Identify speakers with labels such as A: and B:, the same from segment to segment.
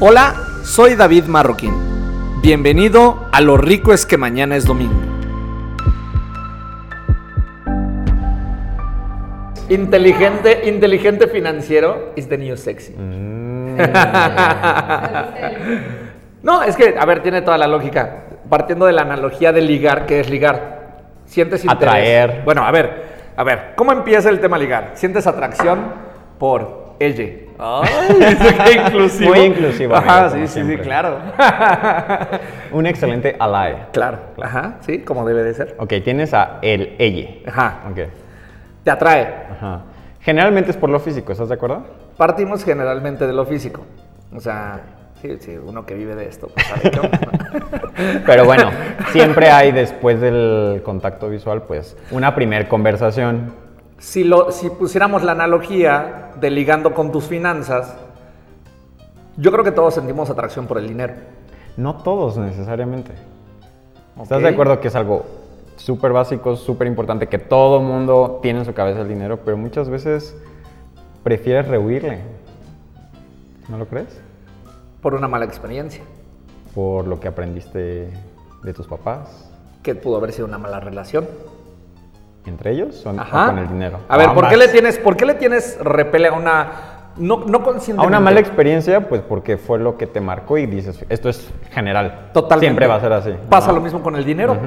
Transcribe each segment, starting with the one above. A: Hola, soy David Marroquín. Bienvenido a Lo rico es que mañana es domingo. Inteligente, inteligente financiero is the new sexy. No, es que, a ver, tiene toda la lógica. Partiendo de la analogía de ligar, que es ligar? Sientes interés.
B: Atraer.
A: Bueno, a ver, a ver, ¿cómo empieza el tema ligar? ¿Sientes atracción por ella? Qué inclusivo.
B: Muy inclusivo, amigo,
A: Ajá,
B: como
A: sí, sí, sí,
B: siempre.
A: claro.
B: Un excelente ally.
A: Claro, ajá, sí, como debe de ser.
B: Ok, tienes a el elle.
A: Ajá,
B: Ok.
A: te atrae.
B: Ajá. Generalmente es por lo físico, ¿estás de acuerdo?
A: Partimos generalmente de lo físico. O sea, sí, sí, uno que vive de esto, pues sabe qué onda.
B: Pero bueno, siempre hay después del contacto visual, pues, una primer conversación.
A: si, lo, si pusiéramos la analogía de ligando con tus finanzas, yo creo que todos sentimos atracción por el dinero.
B: No todos necesariamente. ¿Estás
A: ¿ok?
B: de acuerdo que es algo súper básico, súper importante, que todo mundo tiene en su cabeza el dinero, pero muchas veces prefieres rehuirle? ¿No lo crees?
A: Por una mala experiencia,
B: Por lo que aprendiste de tus papás,
A: que pudo haber sido una mala relación.
B: entre ellos o, o
A: Ajá.
B: con el dinero.
A: A
B: O
A: ver, ¿por qué,
B: ambas.
A: le tienes, ¿por qué le tienes repele a una... No, no
B: A
A: conscientemente?
B: una mala experiencia, pues porque fue lo que te marcó y dices, esto es general.
A: Totalmente.
B: Siempre va a ser así.
A: Pasa
B: Ajá.
A: lo mismo con el dinero.
B: Ujú.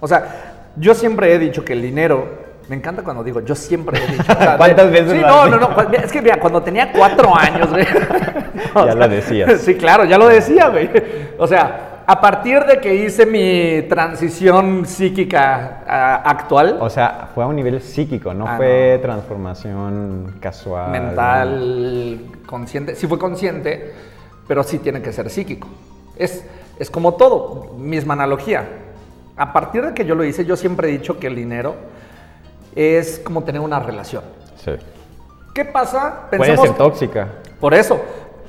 A: O sea, yo siempre he dicho que el dinero. Me encanta cuando digo, yo siempre he dicho. o sea, de-
B: ¿Cuántas veces
A: Sí,
B: lo
A: no,
B: has
A: no,
B: dicho?
A: no. cu- mira, Es que mira, cuando tenía cuatro años, güey. O
B: Ya lo decías.
A: Sí, claro, ya lo decía, güey. O sea, a partir de que hice mi transición psíquica ah, actual,
B: O sea, fue a un nivel psíquico, no
A: Ah,
B: fue transformación casual.
A: mental, consciente, sí fue consciente, pero sí tiene que ser psíquico. Es, es como todo, misma analogía. A partir de que yo lo hice, yo siempre he dicho que el dinero es como tener una relación.
B: Sí.
A: ¿Qué pasa?
B: Puede ser tóxica.
A: Por eso,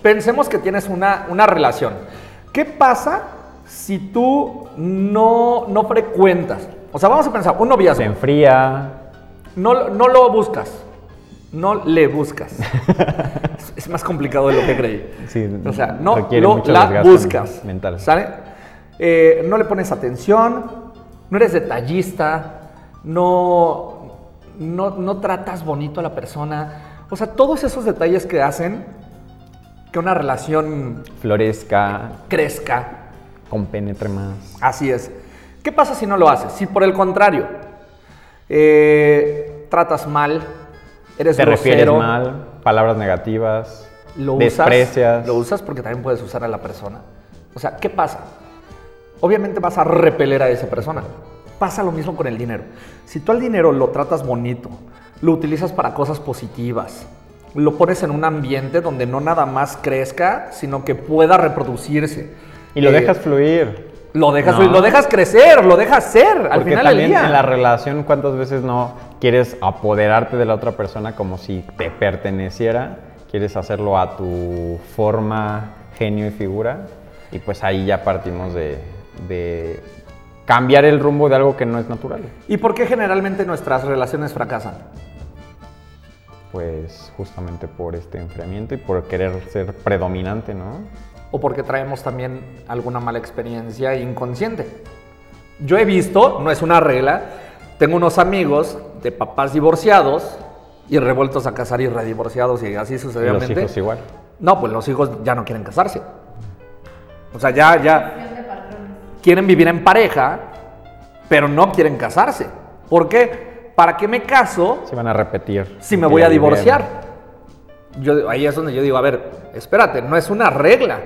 A: pensemos que tienes una, una relación. ¿Qué pasa si tú no, no frecuentas? O sea, vamos a pensar, un
B: Se
A: noviazgo,
B: enfría.
A: no, lo- no lo buscas, no le buscas. es, es más complicado de lo que creí.
B: Sí,
A: o sea, no
B: requiere
A: lo,
B: mucho
A: la
B: desgaste
A: buscas.
B: mental.
A: ¿Sale? Eh, no le pones atención, no eres detallista, no, no, no tratas bonito a la persona. O sea, todos esos detalles que hacen que una relación
B: Florezca,
A: crezca.
B: compenetre más.
A: Así es. ¿Qué pasa si no lo haces? Si por el contrario, eh, tratas mal, eres
B: Te refieres
A: grosero,
B: mal, palabras negativas,
A: lo
B: desprecias.
A: usas, lo usas porque también puedes usar a la persona. O sea, ¿qué pasa? Obviamente vas a repeler a esa persona. Pasa lo mismo con el dinero. Si tú al dinero lo tratas bonito, lo utilizas para cosas positivas, lo pones en un ambiente donde no nada más crezca, sino que pueda reproducirse.
B: Y lo
A: Eh,
B: dejas fluir.
A: Lo dejas,
B: No.
A: lo dejas crecer, lo dejas ser. al
B: Porque
A: final
B: también
A: del día.
B: en la relación, ¿cuántas veces no quieres apoderarte de la otra persona como si te perteneciera? Quieres hacerlo a tu forma, genio y figura. Y pues ahí ya partimos de, de cambiar el rumbo de algo que no es natural.
A: ¿Y por qué generalmente nuestras relaciones fracasan?
B: Pues justamente por este enfriamiento y por querer ser predominante, ¿no?
A: ¿O porque traemos también alguna mala experiencia inconsciente? Yo he visto, no es una regla, tengo unos amigos de papás divorciados y revueltos a casar y redivorciados y así
B: Y los
A: sucesivamente.
B: hijos igual.
A: No, pues los hijos ya no quieren casarse. O sea, ya, ya. Quieren vivir en pareja, pero no quieren casarse. ¿Por qué? ¿Para qué me caso
B: Se van a repetir.
A: si me voy a divorciar. Yo, ahí es donde yo digo, a ver, espérate, no es una regla.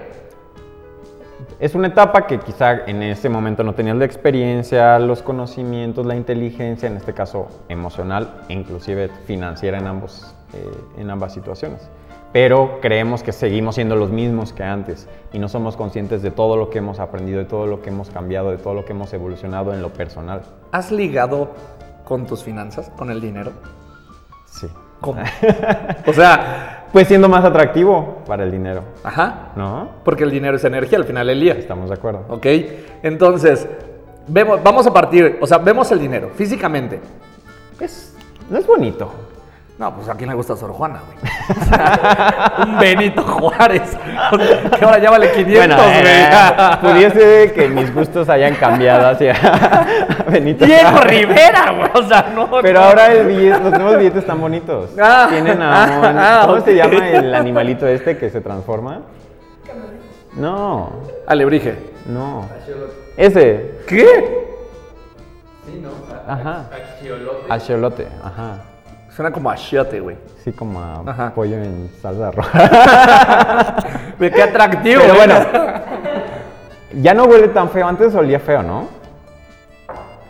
B: Es una etapa que quizá en ese momento no tenías la experiencia, los conocimientos, la inteligencia, en este caso emocional e inclusive financiera en, ambos, eh, en ambas situaciones. Pero creemos que seguimos siendo los mismos que antes y no somos conscientes de todo lo que hemos aprendido, de todo lo que hemos cambiado, de todo lo que hemos evolucionado en lo personal.
A: ¿Has ligado con tus finanzas, con el dinero?
B: Sí.
A: ¿Cómo? o sea,
B: Pues siendo más atractivo para el dinero,
A: ajá,
B: ¿no?
A: porque el dinero es energía al final del día.
B: Estamos de acuerdo.
A: ¿Ok? Entonces, vemos, vamos a partir, o sea, vemos el dinero físicamente.
B: Es, no es bonito.
A: No, pues a quién le gusta Sor Juana, güey. O sea, un Benito Juárez. que ahora ya vale 500,
B: Bueno,
A: güey.
B: eh, pudiese que mis gustos hayan cambiado hacia Benito.
A: Diego
B: Juárez.
A: Rivera, güey. O sea, no.
B: Pero
A: no.
B: ahora el billete- los nuevos billetes están bonitos.
A: Ah,
B: Tienen a un-
A: ah,
B: ¿Cómo
A: ok.
B: se llama el animalito este que se transforma? No,
A: Alebrije.
B: no. Ese.
A: ¿Qué?
B: Ajá. Acholote. Ajá.
A: Suena como a shiote, güey.
B: Sí, como a
A: Ajá.
B: pollo en salsa roja.
A: Ve qué atractivo,
B: Pero
A: güey.
B: bueno. Ya no huele tan feo. Antes olía feo, ¿no?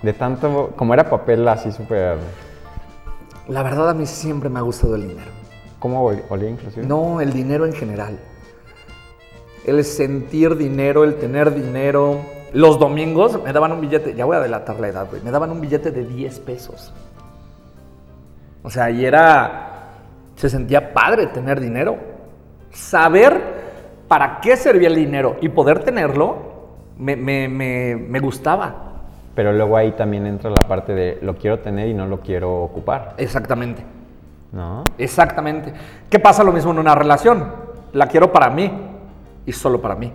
B: De tanto. Como era papel así súper.
A: La verdad, a mí siempre me ha gustado el dinero.
B: ¿Cómo ol- olía inclusive?
A: No, el dinero en general. El sentir dinero, el tener dinero. Los domingos me daban un billete, ya voy a delatar la edad, güey. Me daban un billete de 10 pesos. O sea, y era. Se sentía padre tener dinero. Saber para qué servía el dinero y poder tenerlo me, me- me- me gustaba.
B: Pero luego ahí también entra la parte de lo quiero tener y no lo quiero ocupar.
A: Exactamente.
B: ¿No?
A: Exactamente. ¿Qué pasa lo mismo en una relación? La quiero para mí y solo para mí.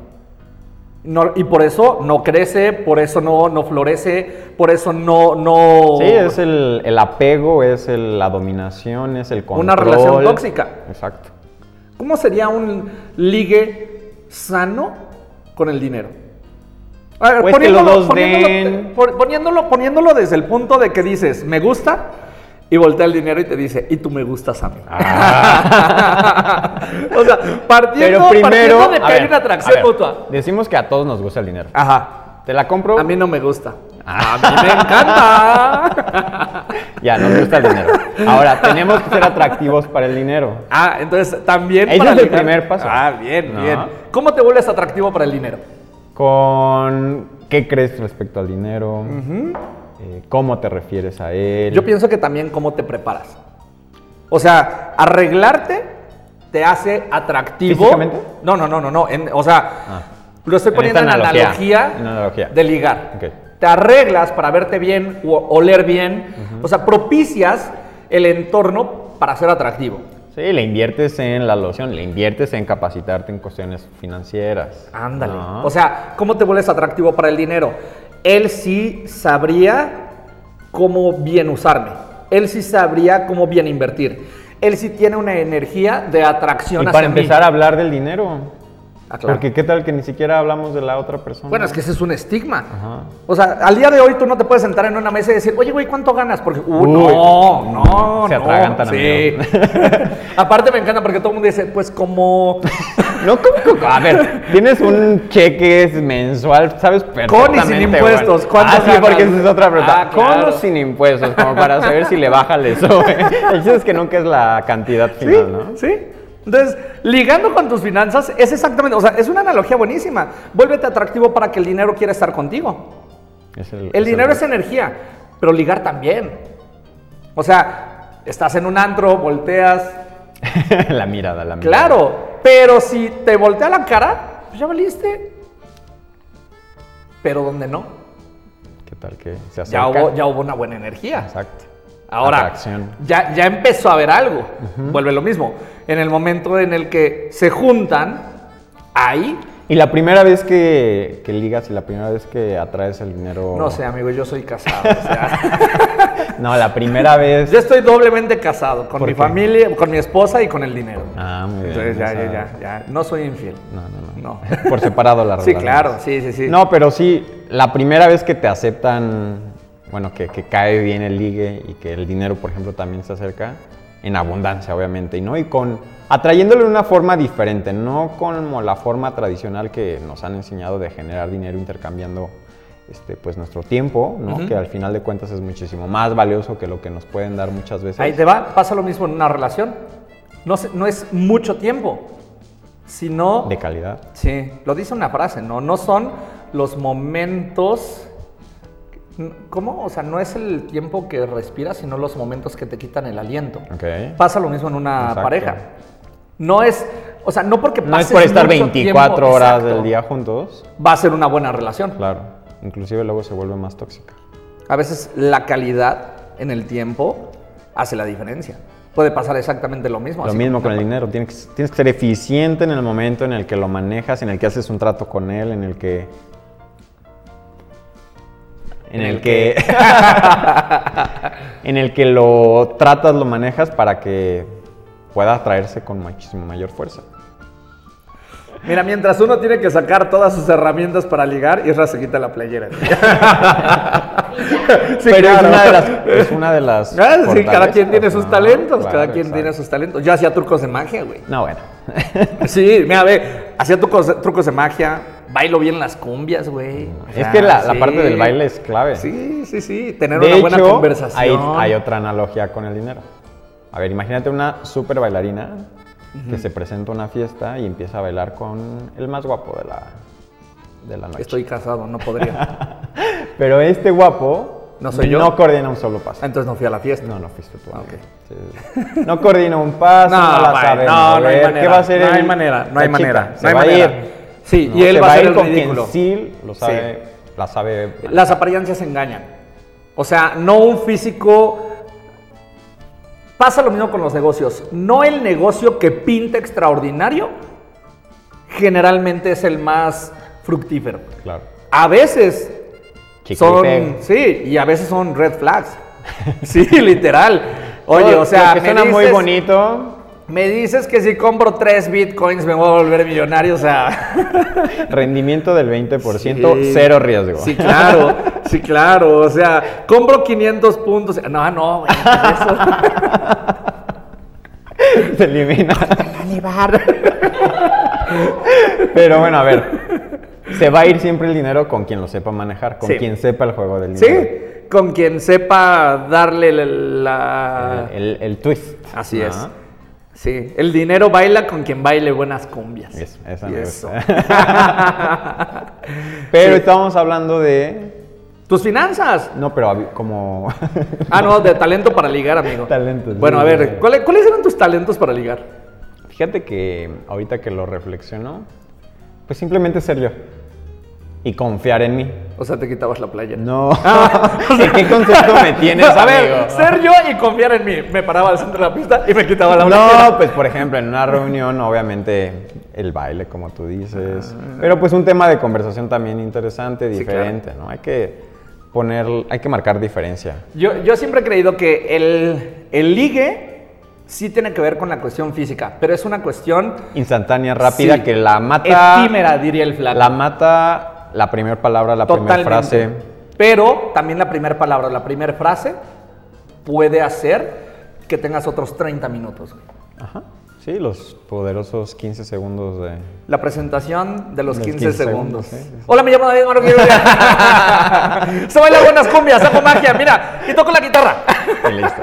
A: No- y por eso no crece, por eso no, no florece, por eso no... no
B: Sí, es el, el apego, es el- la dominación, es el control.
A: Una relación tóxica.
B: Exacto.
A: ¿Cómo sería un ligue sano con el dinero? A ver,
B: Pues que los dos
A: poniéndolo,
B: den.
A: por- poniéndolo- poniéndolo desde el punto de que dices, me gusta, y voltea el dinero y te dice, y tú me gustas a mí. o sea, partiendo,
B: Ah. Pero primero.
A: partiendo de que
B: a
A: hay
B: ver,
A: una
B: a
A: atracción
B: ver,
A: mutua.
B: Decimos que a todos nos gusta el dinero.
A: Ajá.
B: Te la compro.
A: A mí no me gusta.
B: Ah.
A: A mí me encanta.
B: Ya, nos gusta el dinero. Ahora, tenemos que ser atractivos para el dinero.
A: ah, entonces también.
B: Ese
A: para
B: es el
A: ligar-
B: primer paso.
A: Ah, bien,
B: No.
A: bien. ¿Cómo te vuelves atractivo para el dinero?
B: Con qué crees respecto al dinero, Eh, cómo te refieres a él.
A: Yo pienso que también cómo te preparas. O sea, arreglarte te hace atractivo.
B: ¿Físicamente?
A: No, no, no, no, no. En- o sea,
B: Ah.
A: lo estoy
B: En
A: poniendo en,
B: esta analogía,
A: analogía,
B: en analogía.
A: de ligar.
B: Ok.
A: Te arreglas para verte bien o oler bien. O sea, propicias el entorno para ser atractivo.
B: Sí, le inviertes en la loción, le inviertes en capacitarte en cuestiones financieras. Ah.
A: Ándale.
B: ¿no?
A: O sea, ¿cómo te vuelves atractivo para el dinero? Él sí sabría cómo bien usarme. Él sí sabría cómo bien invertir. Él sí tiene una energía de atracción
B: y
A: hacia
B: para
A: mí.
B: empezar a hablar del dinero.
A: Ah, claro.
B: Porque qué tal que ni siquiera hablamos de la otra persona.
A: Bueno, es que ese es un estigma.
B: Ajá.
A: O sea, al día de hoy tú no te puedes sentar en una mesa y decir, oye, güey, ¿cuánto ganas? Porque, uh,
B: Uy,
A: no, no,
B: se
A: no,
B: atragantan,
A: sí.
B: amigo.
A: Aparte me encanta porque todo el mundo dice, pues como...
B: No, ¿cómo, cómo? A ver, tienes un cheque mensual, ¿sabes? perfectamente,
A: sin
B: güey.
A: impuestos, ¿cuánto
B: Ah, sí,
A: ganas?
B: porque esa es otra pregunta.
A: Ah, claro.
B: ¿Con o sin impuestos? Como para saber si le baja, le sube. El chiste es que nunca es la cantidad
A: Sí,
B: final, ¿no?
A: sí. Entonces, ligando con tus finanzas es exactamente, o sea, es una analogía buenísima. Vuélvete atractivo para que el dinero quiera estar contigo.
B: Es
A: El
B: es
A: dinero es energía, pero ligar también. O sea, estás en un antro, volteas,
B: la mirada, la mirada.
A: claro, pero si te voltea la cara, pues ya valiste. Pero donde no,
B: ¿Qué tal que se
A: ya
B: acerca?
A: hubo, ya hubo una buena energía.
B: Exacto.
A: Ahora,
B: Atracción.
A: ya, ya empezó a haber algo. Vuelve lo mismo. En el momento en el que se juntan, ahí,
B: Y la primera vez que, que ligas y la primera vez que atraes el dinero.
A: no sé, amigo, yo soy casado. o sea,
B: No, la primera vez.
A: yo estoy doblemente casado con
B: ¿Por
A: mi
B: qué?
A: familia, con mi esposa y con el dinero.
B: Ah, muy bien.
A: Entonces, ya,
B: o sea,
A: ya, ya, ya. No soy infiel.
B: No, no, no.
A: No.
B: Por separado la
A: sí,
B: relación.
A: claro, sí, sí, sí.
B: No, pero sí, la primera vez que te aceptan, bueno, que, que cae bien el ligue y que el dinero, por ejemplo, también se acerca, en abundancia, obviamente, y no, y con atrayéndolo de una forma diferente, no como la forma tradicional que nos han enseñado de generar dinero intercambiando este, pues nuestro tiempo, ¿no?
A: Ujú.
B: Que al final de cuentas es muchísimo más valioso que lo que nos pueden dar muchas veces.
A: Ahí te va, pasa lo mismo en una relación. No, se- no es mucho tiempo, sino...
B: De calidad.
A: Sí, lo dice una frase, ¿no? No son los momentos. ¿Cómo? O sea, no es el tiempo que respiras, sino los momentos que te quitan el aliento.
B: Ok.
A: Pasa lo mismo en una
B: Exacto.
A: pareja. No es. O sea, no porque
B: No es
A: pases
B: por estar
A: mucho
B: 24
A: tiempo-
B: horas
A: Exacto.
B: del día juntos.
A: Va a ser una buena relación.
B: Claro. Inclusive luego se vuelve más tóxica.
A: A veces la calidad en el tiempo hace la diferencia. puede pasar exactamente lo mismo.
B: Lo
A: así
B: mismo
A: como
B: con el
A: te-
B: dinero, tienes que, tienes que ser eficiente en el momento en el que lo manejas, en el que haces un trato con él, en el que... En el que... en el que lo tratas, lo manejas para que pueda atraerse con muchísimo mayor fuerza.
A: Mira, mientras uno tiene que sacar todas sus herramientas para ligar, Isra se quita la playera. tío. Sí,
B: Pero
A: claro.
B: es una de las... es una de
A: Ah, sí,
B: las
A: cada
B: fortalezas,
A: quien tiene sus
B: ¿no?
A: talentos,
B: Claro,
A: cada quien tiene
B: exacto.
A: sus talentos. Yo hacía trucos de magia, güey.
B: No, bueno.
A: Sí, mira, ve, hacía trucos, trucos de magia, bailo bien las cumbias, güey. O
B: es
A: sea,
B: que la, la
A: Ah, sí.
B: parte del baile es clave.
A: Sí, sí, sí, tener
B: de
A: una buena
B: hecho,
A: conversación.
B: Hay, hay otra analogía con el dinero. A ver, imagínate una super bailarina que se presenta a una fiesta y empieza a bailar con el más guapo de la, de la noche.
A: Estoy casado, no podría.
B: Pero este guapo
A: No soy yo.
B: coordina un solo paso.
A: Entonces no fui a la fiesta.
B: No, no fuiste tú.
A: Ok.
B: Sí, sí, sí. No coordina un paso, no, la
A: güey,
B: sabe
A: no, no hay
B: mover.
A: manera.
B: ¿Qué va a hacer
A: No hay
B: el-
A: manera, no
B: la
A: hay
B: chica?
A: manera.
B: Se
A: no hay
B: va a
A: manera.
B: ir.
A: Sí,
B: No,
A: y él
B: se
A: va a ser
B: ir
A: el
B: con quien
A: ridículo.
B: sí lo
A: Sí.
B: sabe, la sabe.
A: Las apariencias engañan. O sea, no un físico. Pasa lo mismo con los negocios. No el negocio que pinta extraordinario generalmente es el más fructífero.
B: Claro.
A: A veces
B: Chicle y pega.
A: son. Sí, y a veces son red flags. Sí, literal. Oye,
B: Todo
A: o sea,
B: lo
A: me
B: que suena muy
A: dices-
B: bonito,
A: Me dices que si compro tres bitcoins me voy a volver millonario, o sea.
B: rendimiento del 20%,
A: Sí.
B: cero riesgo.
A: Sí, claro, sí, claro. O sea, compro 500 puntos. No, no, güey. pues Eso.
B: Se elimina. Pero bueno, a ver. Se va a ir siempre el dinero con quien lo sepa manejar, con
A: Sí.
B: quien sepa el juego del dinero.
A: Sí, con quien sepa darle la- la.
B: El, el twist.
A: Ah. Así
B: ¿no?
A: es. Sí, el dinero baila con quien baile buenas cumbias.
B: Yes, esa me
A: Eso.
B: Pero
A: Sí.
B: estábamos hablando de.
A: Tus finanzas.
B: No, pero hab- como.
A: Ah, no, de talento para ligar, amigo.
B: Talentos,
A: Bueno,
B: sí,
A: a
B: sí.
A: ver, ¿cuáles, ¿cuáles eran tus talentos para ligar?
B: Fíjate que ahorita que lo reflexiono, pues simplemente ser yo. Y confiar en mí.
A: O sea, te quitabas la playa.
B: No. ¿En qué concepto me tienes,
A: Ah. a ver,
B: amigo?
A: ser yo y confiar en mí. Me paraba al centro de la pista y me quitaba la playera.
B: No, pues por ejemplo, en una reunión, obviamente, el baile, como tú dices. Pero pues un tema de conversación también interesante,
A: Sí, claro.
B: diferente, ¿no? Hay que poner, hay que marcar diferencia.
A: Yo, yo siempre he creído que el, el ligue sí tiene que ver con la cuestión física, pero es una cuestión
B: Instantánea, rápida,
A: sí,
B: que la mata.
A: efímera, diría el flaco.
B: La mata la primera palabra, la primera
A: Totalmente.
B: frase.
A: Pero también la primera palabra, la primera frase puede hacer que tengas otros 30 minutos. güey.
B: Ajá. Sí, los poderosos 15 segundos de.
A: La presentación de los,
B: Los
A: 15,
B: 15
A: segundos.
B: segundos, sí, sí, sí.
A: Hola, me llamo David Maro. Se baila buenas cumbias, hago magia, mira, y toco la guitarra.
B: Y listo.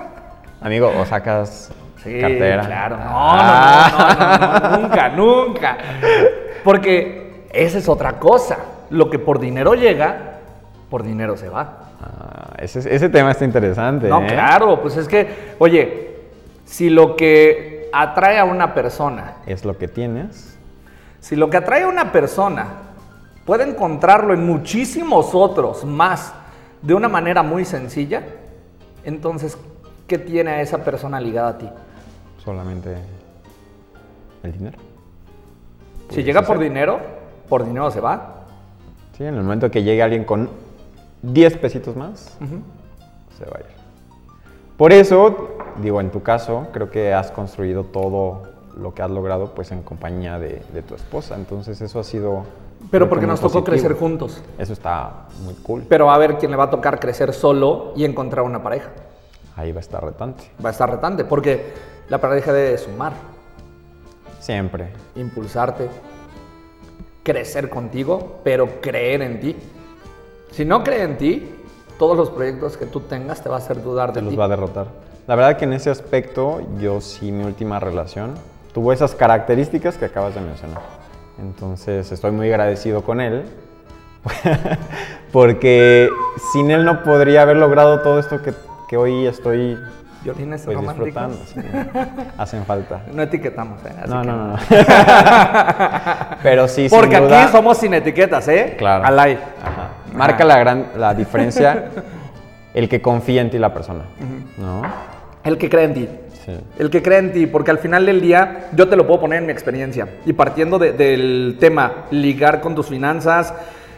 B: Amigo, o sacas
A: Sí,
B: cartera.
A: claro. No,
B: Ah.
A: no, no, no, no, no, nunca, nunca. Porque esa es otra cosa. Lo que por dinero llega, por dinero se va.
B: Ah, ese, ese tema está interesante.
A: No,
B: ¿eh?
A: claro, pues es que, oye, si lo que atrae a una persona,
B: Es lo que tienes.
A: si lo que atrae a una persona puede encontrarlo en muchísimos otros más de una manera muy sencilla, entonces, ¿qué tiene a esa persona ligada a ti?
B: Solamente el dinero.
A: Si llega por dinero, por dinero se va.
B: Sí, en el momento que llegue alguien con 10 pesitos más,
A: Ujú.
B: se va a ir. Por eso, digo, en tu caso, creo que has construido todo lo que has logrado pues en compañía de, de tu esposa. Entonces eso ha sido... creo
A: Pero
B: que
A: porque
B: muy
A: nos tocó
B: positivo.
A: crecer juntos.
B: Eso está muy cool.
A: Pero va a ver quién le va a tocar crecer solo y encontrar una pareja.
B: Ahí va a estar retante.
A: Va a estar retante, porque la pareja debe de sumar,
B: Siempre.
A: impulsarte, crecer contigo, pero creer en ti. Si no cree en ti, todos los proyectos que tú tengas te va a hacer dudar de
B: los
A: ti.
B: va a derrotar. La verdad que en ese aspecto, yo sí, mi última relación tuvo esas características que acabas de mencionar. Entonces, estoy muy agradecido con él, porque sin él no podría haber logrado todo esto que, que hoy estoy
A: Violines
B: pues, disfrutando.
A: románticos.
B: sí. Hacen falta.
A: No etiquetamos, ¿eh? Así
B: no,
A: que-
B: no, no, no. Pero sí, sin
A: Porque
B: duda-
A: aquí somos sin etiquetas, ¿eh?
B: Claro.
A: Al aire.
B: Ajá. Marca la gran la diferencia el que confía en ti la persona, ¿no?
A: El que cree en ti.
B: Sí.
A: El que cree en ti, porque al final del día yo te lo puedo poner en mi experiencia. Y partiendo de- del tema, ligar con tus finanzas,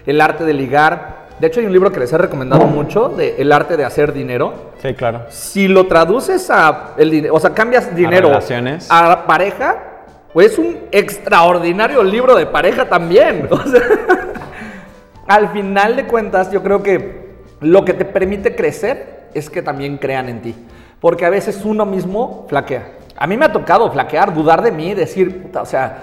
A: el arte de ligar. De hecho, hay un libro que les he recomendado
B: Mm.
A: mucho, de El arte de hacer dinero.
B: Sí, claro.
A: Si lo traduces a el dinero, o sea, cambias dinero
B: relaciones.
A: a pareja, pues es un extraordinario libro de pareja también. O sea, al final de cuentas, yo creo que lo que te permite crecer es que también crean en ti. Porque a veces uno mismo flaquea. A mí me ha tocado flaquear, dudar de mí, decir, puta, o sea,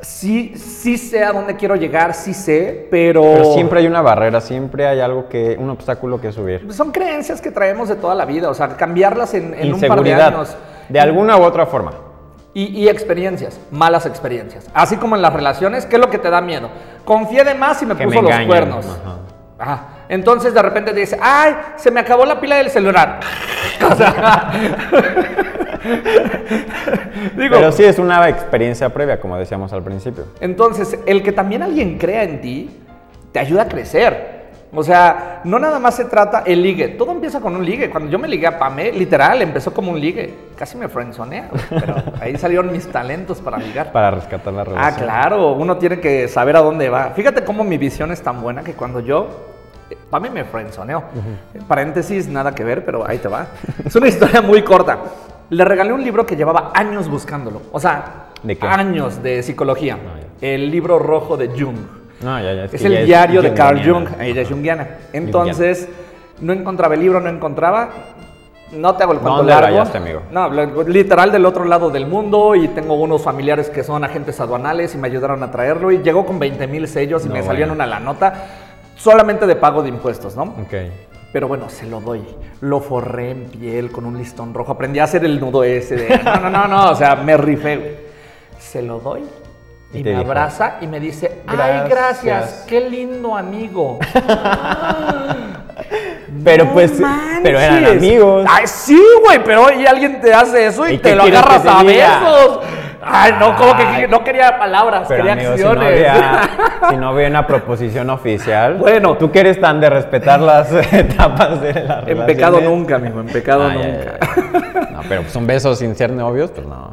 A: sí, sí sé a dónde quiero llegar, sí sé, pero...
B: Pero siempre hay una barrera, siempre hay algo que, un obstáculo que subir.
A: Son creencias que traemos de toda la vida, o sea, cambiarlas en, en un par de
B: Inseguridad.
A: años.
B: de alguna u otra forma.
A: Y, y experiencias, malas experiencias. Así como en las relaciones, ¿qué es lo que te da miedo? Confié de más y me
B: Que
A: puso
B: me
A: los
B: engañen,
A: cuernos.
B: ajá.
A: Ajá. Entonces de repente te dice, ay, se me acabó la pila del celular. O sea, digo,
B: Pero sí es una experiencia previa, como decíamos al principio.
A: Entonces, el que también alguien crea en ti, te ayuda a crecer. O sea, no nada más se trata el ligue. Todo empieza con un ligue. Cuando yo me ligué a Pamé, literal, empezó como un ligue. Casi me friendzonea, güey, pero ahí salieron mis talentos para ligar.
B: Para rescatar la
A: Ah,
B: relación.
A: claro, uno tiene que saber a dónde va. Fíjate cómo mi visión es tan buena que cuando yo. Para mí me frenzoneo. Paréntesis, nada que ver, pero ahí te va. Es una historia muy corta. Le regalé un libro que llevaba años buscándolo. O sea,
B: ¿De qué?
A: años de psicología.
B: Ah,
A: El libro rojo de Jung.
B: No, ya, ya,
A: Es
B: que ya
A: el diario de Carl Jung.
B: jungiana.
A: Ella es jungiana. Entonces, no encontraba el libro, no encontraba. No te hago el cuento
B: ¿Dónde
A: largo.
B: rayaste, amigo?
A: No, lo- literal del otro lado del mundo y tengo unos familiares que son agentes aduanales y me ayudaron a traerlo y llegó con 20 mil sellos y
B: No,
A: me salieron
B: bueno.
A: una la nota solamente de pago de impuestos, ¿no?
B: Ok.
A: Pero bueno, se lo doy. Lo forré en piel con un listón rojo. Aprendí a hacer el nudo ese de... No, no, no, no, o sea, me rifé. güey. Se lo doy.
B: Y
A: Y,
B: te
A: me
B: dijo,
A: abraza y me dice, ay,
B: "Gracias".
A: gracias, qué lindo amigo.
B: Pero
A: ¡No
B: pues, pero eran
A: manches!
B: amigos.
A: Ay, sí, güey, pero y alguien te hace eso y,
B: ¿Y qué
A: te lo
B: quieres
A: agarras
B: que te
A: a
B: diga?
A: besos. Ay, no, como que
B: Ay.
A: no quería palabras,
B: Pero
A: quería
B: amigo, si no,
A: acciones.
B: había, si no había una proposición oficial.
A: Bueno.
B: Tú que eres tan de respetar las etapas de la relación. ¿eh? Ah,
A: en pecado nunca, amigo, en pecado nunca.
B: No, pero pues, son besos sin ser novios, pues no.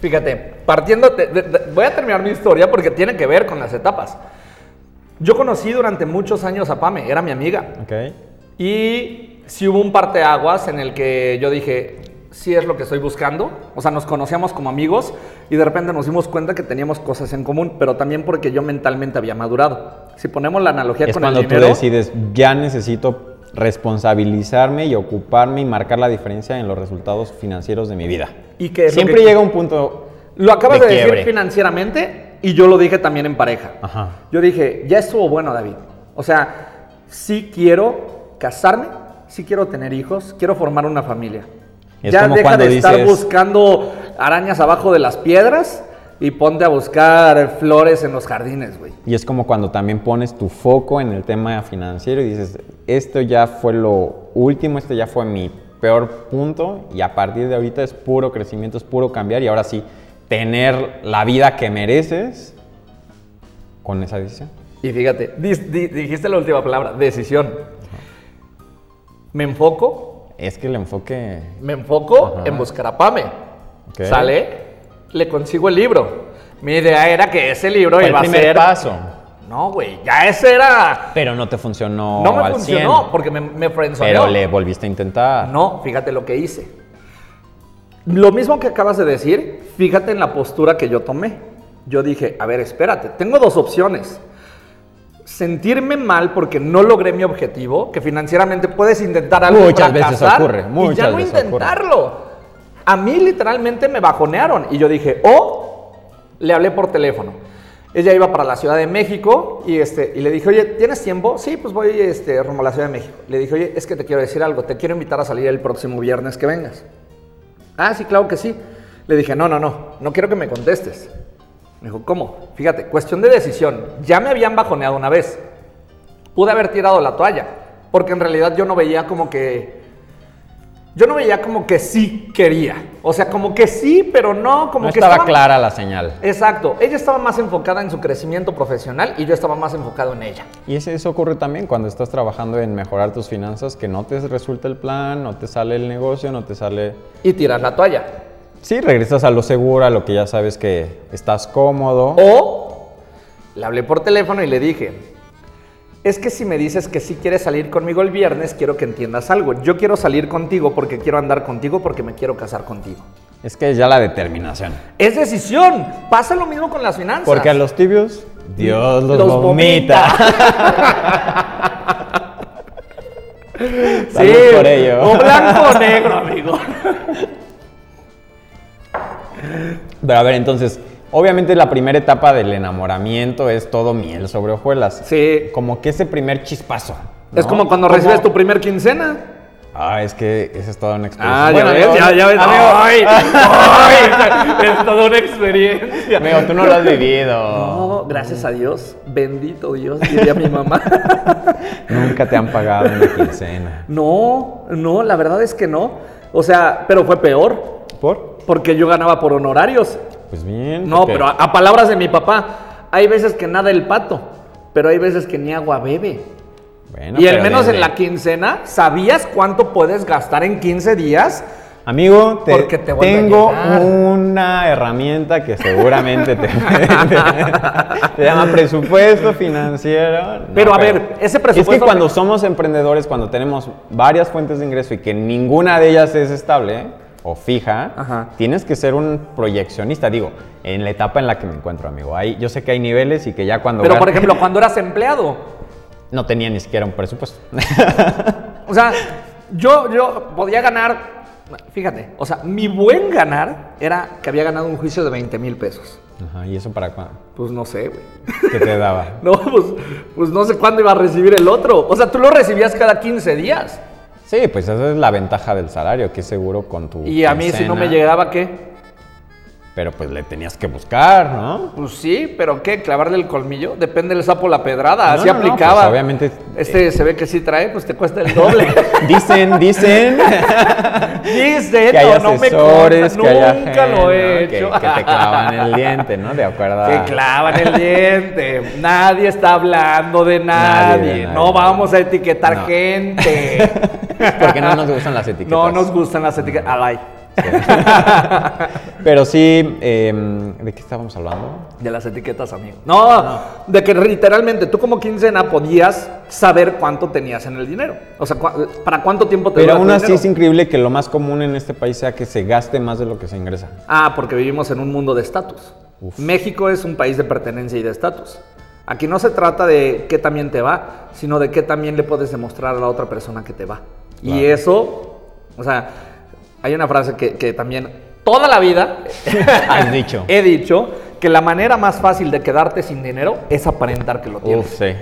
A: Fíjate, partiendo, de- de- de- voy a terminar mi historia porque tiene que ver con las etapas. Yo conocí durante muchos años a Pame, era mi amiga.
B: Ok.
A: Y sí hubo un parteaguas en el que yo dije, sí es lo que estoy buscando. O sea, nos conocíamos como amigos y de repente nos dimos cuenta que teníamos cosas en común, pero también porque yo mentalmente había madurado. Si ponemos la analogía
B: Es
A: con
B: cuando
A: el
B: tú
A: dinero,
B: decides, ya necesito responsabilizarme y ocuparme y marcar la diferencia en los resultados financieros de mi vida.
A: ¿Y qué es lo
B: Siempre
A: que-
B: llega un punto.
A: lo acabas
B: de
A: de, decir
B: quiebre.
A: financieramente y yo lo dije también en pareja.
B: Ajá.
A: Yo dije, ya estuvo bueno, David. O sea, sí quiero casarme, sí quiero tener hijos, quiero formar una familia.
B: Es
A: ya
B: como
A: deja
B: cuando
A: de estar
B: dices-
A: buscando arañas abajo de las piedras y ponte a buscar flores en los jardines, güey.
B: Y es como cuando también pones tu foco en el tema financiero y dices, esto ya fue lo último, este ya fue mi peor punto y a partir de ahorita es puro crecimiento, es puro cambiar y ahora sí, tener la vida que mereces con esa decisión.
A: Y fíjate, dis- di- dijiste la última palabra, decisión. Me enfoco,
B: Es que el enfoque...
A: me enfoco
B: Ajá.
A: en buscar a Pame.
B: Ok.
A: Sale, le consigo el libro. Mi idea era que ese libro
B: fue el
A: iba a
B: primer
A: ser...
B: paso,
A: No, güey, ya ese era...
B: pero no te funcionó
A: No me
B: al
A: funcionó
B: 100,
A: porque me, me frenzoneó.
B: pero le volviste a intentar.
A: No, fíjate lo que hice. Lo mismo que acabas de decir, fíjate en la postura que yo tomé. Yo dije, a ver, espérate, tengo dos opciones. Sentirme mal porque no logré mi objetivo, que financieramente puedes intentar algo y
B: Muchas veces
A: fracasar,
B: ocurre,
A: y ya
B: muchas
A: no
B: veces ocurre.
A: intentarlo. A mí literalmente me bajonearon y yo dije, o le hablé por teléfono. Ella iba para la Ciudad de México y, este, y le dije, oye, ¿tienes tiempo? Sí, pues voy este, rumbo a la Ciudad de México. Le dije, oye, es que te quiero decir algo, te quiero invitar a salir el próximo viernes que vengas. Ah, sí, claro que sí. Le dije, no, no, no, no quiero que me contestes. Me dijo, ¿cómo? Fíjate, cuestión de decisión. Ya me habían bajoneado una vez. Pude haber tirado la toalla, porque en realidad yo no veía como que Yo no veía como que sí quería. O sea, como que sí, pero no, como
B: No
A: que
B: estaba clara la señal.
A: Exacto. Ella estaba más enfocada en su crecimiento profesional y yo estaba más enfocado en ella.
B: Y ese- eso ocurre también cuando estás trabajando en mejorar tus finanzas, que no te resulta el plan, no te sale el negocio, no te sale...
A: Y tirar la toalla.
B: Sí, regresas a lo seguro, a lo que ya sabes que estás cómodo.
A: O le hablé por teléfono y le dije, es que si me dices que sí quieres salir conmigo el viernes, quiero que entiendas algo. Yo quiero salir contigo porque quiero andar contigo porque me quiero casar contigo.
B: Es que es ya la determinación.
A: Es decisión. Pasa lo mismo con las finanzas.
B: Porque a los tibios, Dios los,
A: Los
B: vomita.
A: Sí,
B: Salud por ello.
A: o blanco o negro, amigo.
B: Pero a ver, entonces, obviamente la primera etapa del enamoramiento es todo miel sobre hojuelas.
A: Sí.
B: Como que ese primer chispazo.
A: Es
B: ¿no?
A: como cuando
B: Como-
A: recibes tu primer quincena.
B: Ah, es que esa es toda una experiencia.
A: Ah,
B: Pues Bueno,
A: ya ves,
B: amigo,
A: ya, ya ves.
B: Amigo,
A: Ay, ay, es toda una experiencia.
B: amigo, tú no lo has vivido.
A: No, gracias a Dios, bendito Dios, diría mi mamá.
B: Nunca te han pagado una quincena.
A: No, no, la verdad es que no. O sea, pero fue peor,
B: ¿Por?
A: porque yo ganaba por honorarios.
B: Pues bien.
A: No,
B: porque-
A: pero a, a palabras de mi papá, hay veces que nada el pato, pero hay veces que ni agua bebe.
B: Bueno,
A: y al
B: pero
A: menos en
B: desde-
A: la quincena, ¿sabías cuánto puedes gastar en 15 días?
B: Amigo, te,
A: Porque te vuelve a
B: tengo
A: llegar.
B: una herramienta que seguramente te, se llama presupuesto financiero. No,
A: Pero, a ver, ese presupuesto-
B: Es que cuando somos emprendedores, cuando tenemos varias fuentes de ingreso y que ninguna de ellas es estable o fija,
A: Ajá.
B: tienes que ser un proyeccionista. Digo, en la etapa en la que me encuentro, amigo. Ahí, yo sé que hay niveles y que ya cuando
A: Pero,
B: gan-
A: por ejemplo, cuando eras empleado,
B: no tenía ni siquiera un presupuesto.
A: O sea, yo, yo podía ganar, fíjate, o sea, mi buen ganar era que había ganado un juicio de 20 mil pesos.
B: Ajá, ¿Y eso para cuándo?
A: Pues no sé, güey.
B: ¿Qué te daba?
A: No, pues, pues no sé cuándo iba a recibir el otro. O sea, tú lo recibías cada 15 días.
B: Sí, pues esa es la ventaja del salario, que es seguro con tu.
A: Y a mí si no
B: quincena,
A: me llegaba, ¿qué?
B: Pero pues le tenías que buscar, ¿no?
A: Pues sí, pero ¿qué? ¿Clavarle el colmillo? Depende del sapo la pedrada,
B: No,
A: así
B: no, no,
A: aplicaba.
B: pues, obviamente,
A: Este se ve que sí trae, pues te cuesta el doble.
B: Dicen, dicen.
A: Dice,
B: que hay
A: no, no me
B: asesores,
A: consta,
B: que hay
A: nunca
B: agen-
A: lo
B: ¿no?
A: he
B: que,
A: hecho.
B: que te clavan el diente, ¿no? De acuerdo. a-
A: Que clavan el diente. Nadie está hablando de nadie.
B: Nadie, de nadie.
A: No vamos a etiquetar
B: No.
A: gente.
B: Porque no nos gustan las etiquetas.
A: No nos gustan las etiquetas. Alay.
B: Pero sí, em, ¿de qué estábamos hablando?
A: De las etiquetas, amigo. No, de que literalmente tú como quincena podías saber cuánto tenías en el dinero. O sea, cua- para cuánto tiempo te
B: Pero
A: dura tu
B: aún así
A: dinero.
B: es increíble que lo más común en este país sea que se gaste más de lo que se ingresa.
A: Ah, porque vivimos en un mundo de estatus.
B: Uf.
A: México es un país de pertenencia y de estatus. Aquí no se trata de qué también te va, sino de qué también le puedes demostrar a la otra persona que te va.
B: Claro.
A: Y eso, o sea, hay una frase que, que también toda la vida
B: Has dicho.
A: he dicho que la manera más fácil de quedarte sin dinero es aparentar que lo tienes.
B: Uf, sí.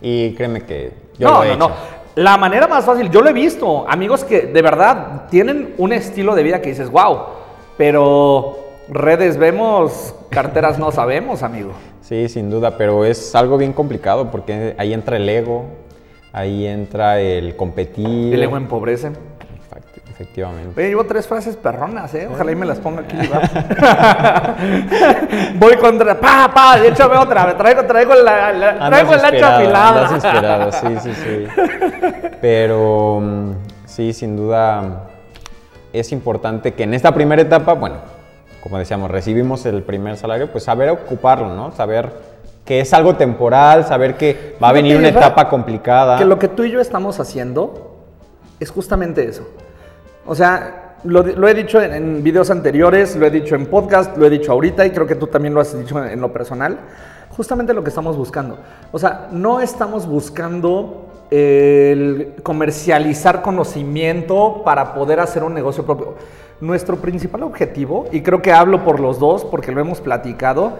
B: Y créeme que yo
A: no,
B: lo he
A: no,
B: hecho.
A: no. La manera más fácil, yo lo he visto, amigos que de verdad tienen un estilo de vida que dices, wow, pero redes vemos, carteras no sabemos, amigo.
B: Sí, sin duda, pero es algo bien complicado porque ahí entra el ego, ahí entra el competir.
A: El ego empobrece.
B: Efect- Efectivamente.
A: eh. Oye, llevo tres frases perronas, ¿eh? Ojalá y me las ponga aquí. va. Voy contra, pa, pa, échame otra, me traigo, traigo la, la- traigo el hacha afilada.
B: andas inspirado, sí, sí, sí. Pero mm, sí, sin duda es importante que en esta primera etapa, bueno, como decíamos, recibimos el primer salario, pues saber ocuparlo, ¿no? Saber que es algo temporal, saber que va a
A: Fíjate,
B: venir una
A: Israel,
B: etapa complicada.
A: Que lo que tú y yo estamos haciendo es justamente eso. O sea, lo, lo he dicho en, en videos anteriores, lo he dicho en podcast, lo he dicho ahorita y creo que tú también lo has dicho en, en lo personal. Justamente lo que estamos buscando. O sea, no estamos buscando el comercializar conocimiento para poder hacer un negocio propio. Nuestro principal objetivo, y creo que hablo por los dos porque lo hemos platicado,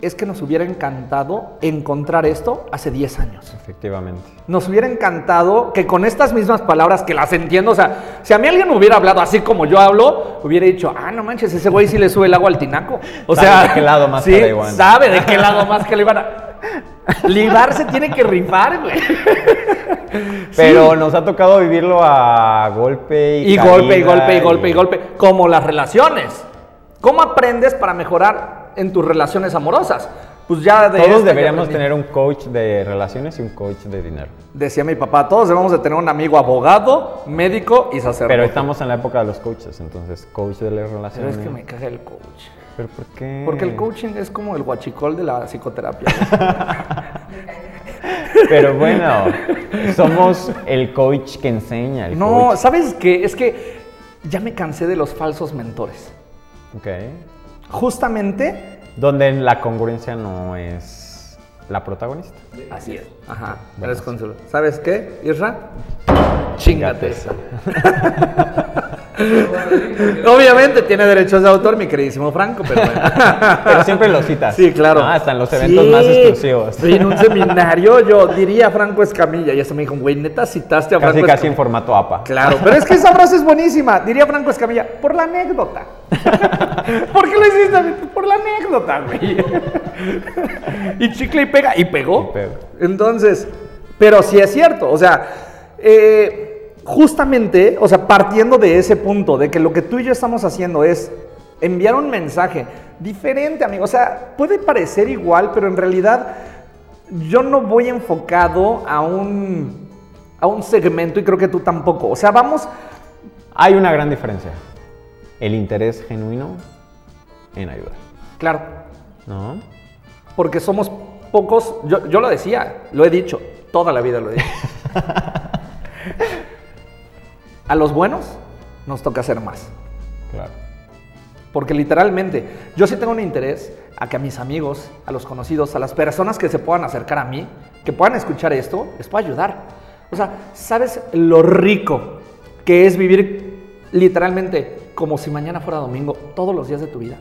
A: es que nos hubiera encantado encontrar esto hace 10 años.
B: Efectivamente.
A: Nos hubiera encantado que con estas mismas palabras que las entiendo, o sea, si a mí alguien me hubiera hablado así como yo hablo, hubiera dicho, ah, no manches, ese güey sí le sube el agua al tinaco. O
B: Sabe
A: sea,
B: de qué lado más
A: sí,
B: que le iban.
A: sabe de qué lado más que le iban a... Libar se tiene que rifar, güey.
B: Pero nos ha tocado vivirlo a golpe y
A: Y golpe, y
B: caída
A: golpe, y golpe, y golpe. Como las relaciones. ¿Cómo aprendes para mejorar en tus relaciones amorosas? Pues ya de
B: Todos
A: esta ya
B: deberíamos
A: aprendí.
B: tener un coach de relaciones y un coach de dinero.
A: Decía mi papá, todos debemos de tener un amigo abogado, médico y sacerdote.
B: Pero estamos en la época de los coaches, entonces coach de las
A: Pero
B: relaciones.
A: es que me caga el coach.
B: ¿Pero por qué?
A: Porque el coaching es como el guachicol de la psicoterapia.
B: Pero bueno, somos el coach que enseña. El
A: no,
B: coach.
A: ¿sabes qué? Es que ya me cansé de los falsos mentores.
B: Ok.
A: Justamente,
B: Donde la congruencia no es la protagonista.
A: así es. Ajá, eres cónsul. ¿Sabes qué, Isra? Chingate esa. Obviamente tiene derechos de autor mi queridísimo Franco, pero bueno.
B: Pero siempre lo citas.
A: Sí, claro.
B: Ah, hasta en los eventos
A: Sí.
B: más exclusivos.
A: Sí, en un seminario yo diría Franco Escamilla. Y hasta me dijo, güey, neta, citaste a
B: Casi,
A: Franco
B: casi en
A: Escamilla.
B: formato APA.
A: Claro, pero es que esa frase es buenísima. Diría Franco Escamilla, por la anécdota. ¿Por qué lo hiciste? Por la anécdota, güey. y chicle y pega. Y pegó.
B: Y pegó.
A: Entonces, pero sí es cierto. O sea, eh, justamente, o sea, partiendo de ese punto, de que lo que tú y yo estamos haciendo es enviar un mensaje diferente, amigo. O sea, puede parecer igual, pero en realidad yo no voy enfocado a un, a un segmento y creo que tú tampoco. O sea, vamos...
B: Hay una gran diferencia. El interés genuino en ayudar.
A: Claro,
B: ¿No?
A: Porque somos pocos, yo, yo lo decía, lo he dicho, toda la vida lo he dicho. A los buenos nos toca hacer más.
B: Claro.
A: Porque literalmente, yo sí tengo un interés a que a mis amigos, a los conocidos, a las personas que se puedan acercar a mí, que puedan escuchar esto, les pueda ayudar. O sea, ¿sabes lo rico que es vivir literalmente como si mañana fuera domingo todos los días de tu vida?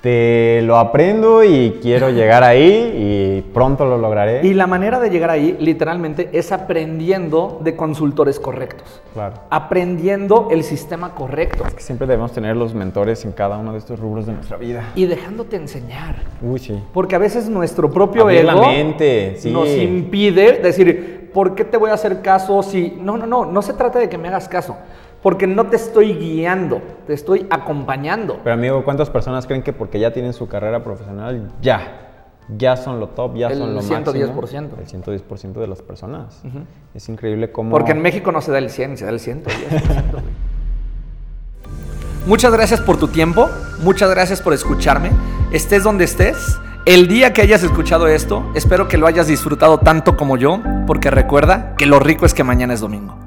B: Te lo aprendo y quiero llegar ahí y pronto lo lograré.
A: Y la manera de llegar ahí, literalmente, es aprendiendo de consultores correctos.
B: Claro.
A: Aprendiendo el sistema correcto.
B: Que siempre debemos tener los mentores en cada uno de estos rubros de nuestra vida.
A: Y dejándote enseñar.
B: Uy, sí.
A: Porque a veces nuestro propio
B: Abrir
A: ego
B: la mente, sí.
A: nos impide decir, ¿por qué te voy a hacer caso si...? No, no, no, no se trata de que me hagas caso. Porque no te estoy guiando, te estoy acompañando.
B: Pero amigo, ¿cuántas personas creen que porque ya tienen su carrera profesional, ya, ya son lo top, ya
A: El
B: son lo
A: 110%.
B: máximo? El 110% de las personas.
A: Ujú.
B: Es increíble cómo...
A: Porque en México no se da el 100, se da el 110%. güey. Muchas gracias por tu tiempo, muchas gracias por escucharme. Estés donde estés, el día que hayas escuchado esto, espero que lo hayas disfrutado tanto como yo, porque recuerda que lo rico es que mañana es domingo.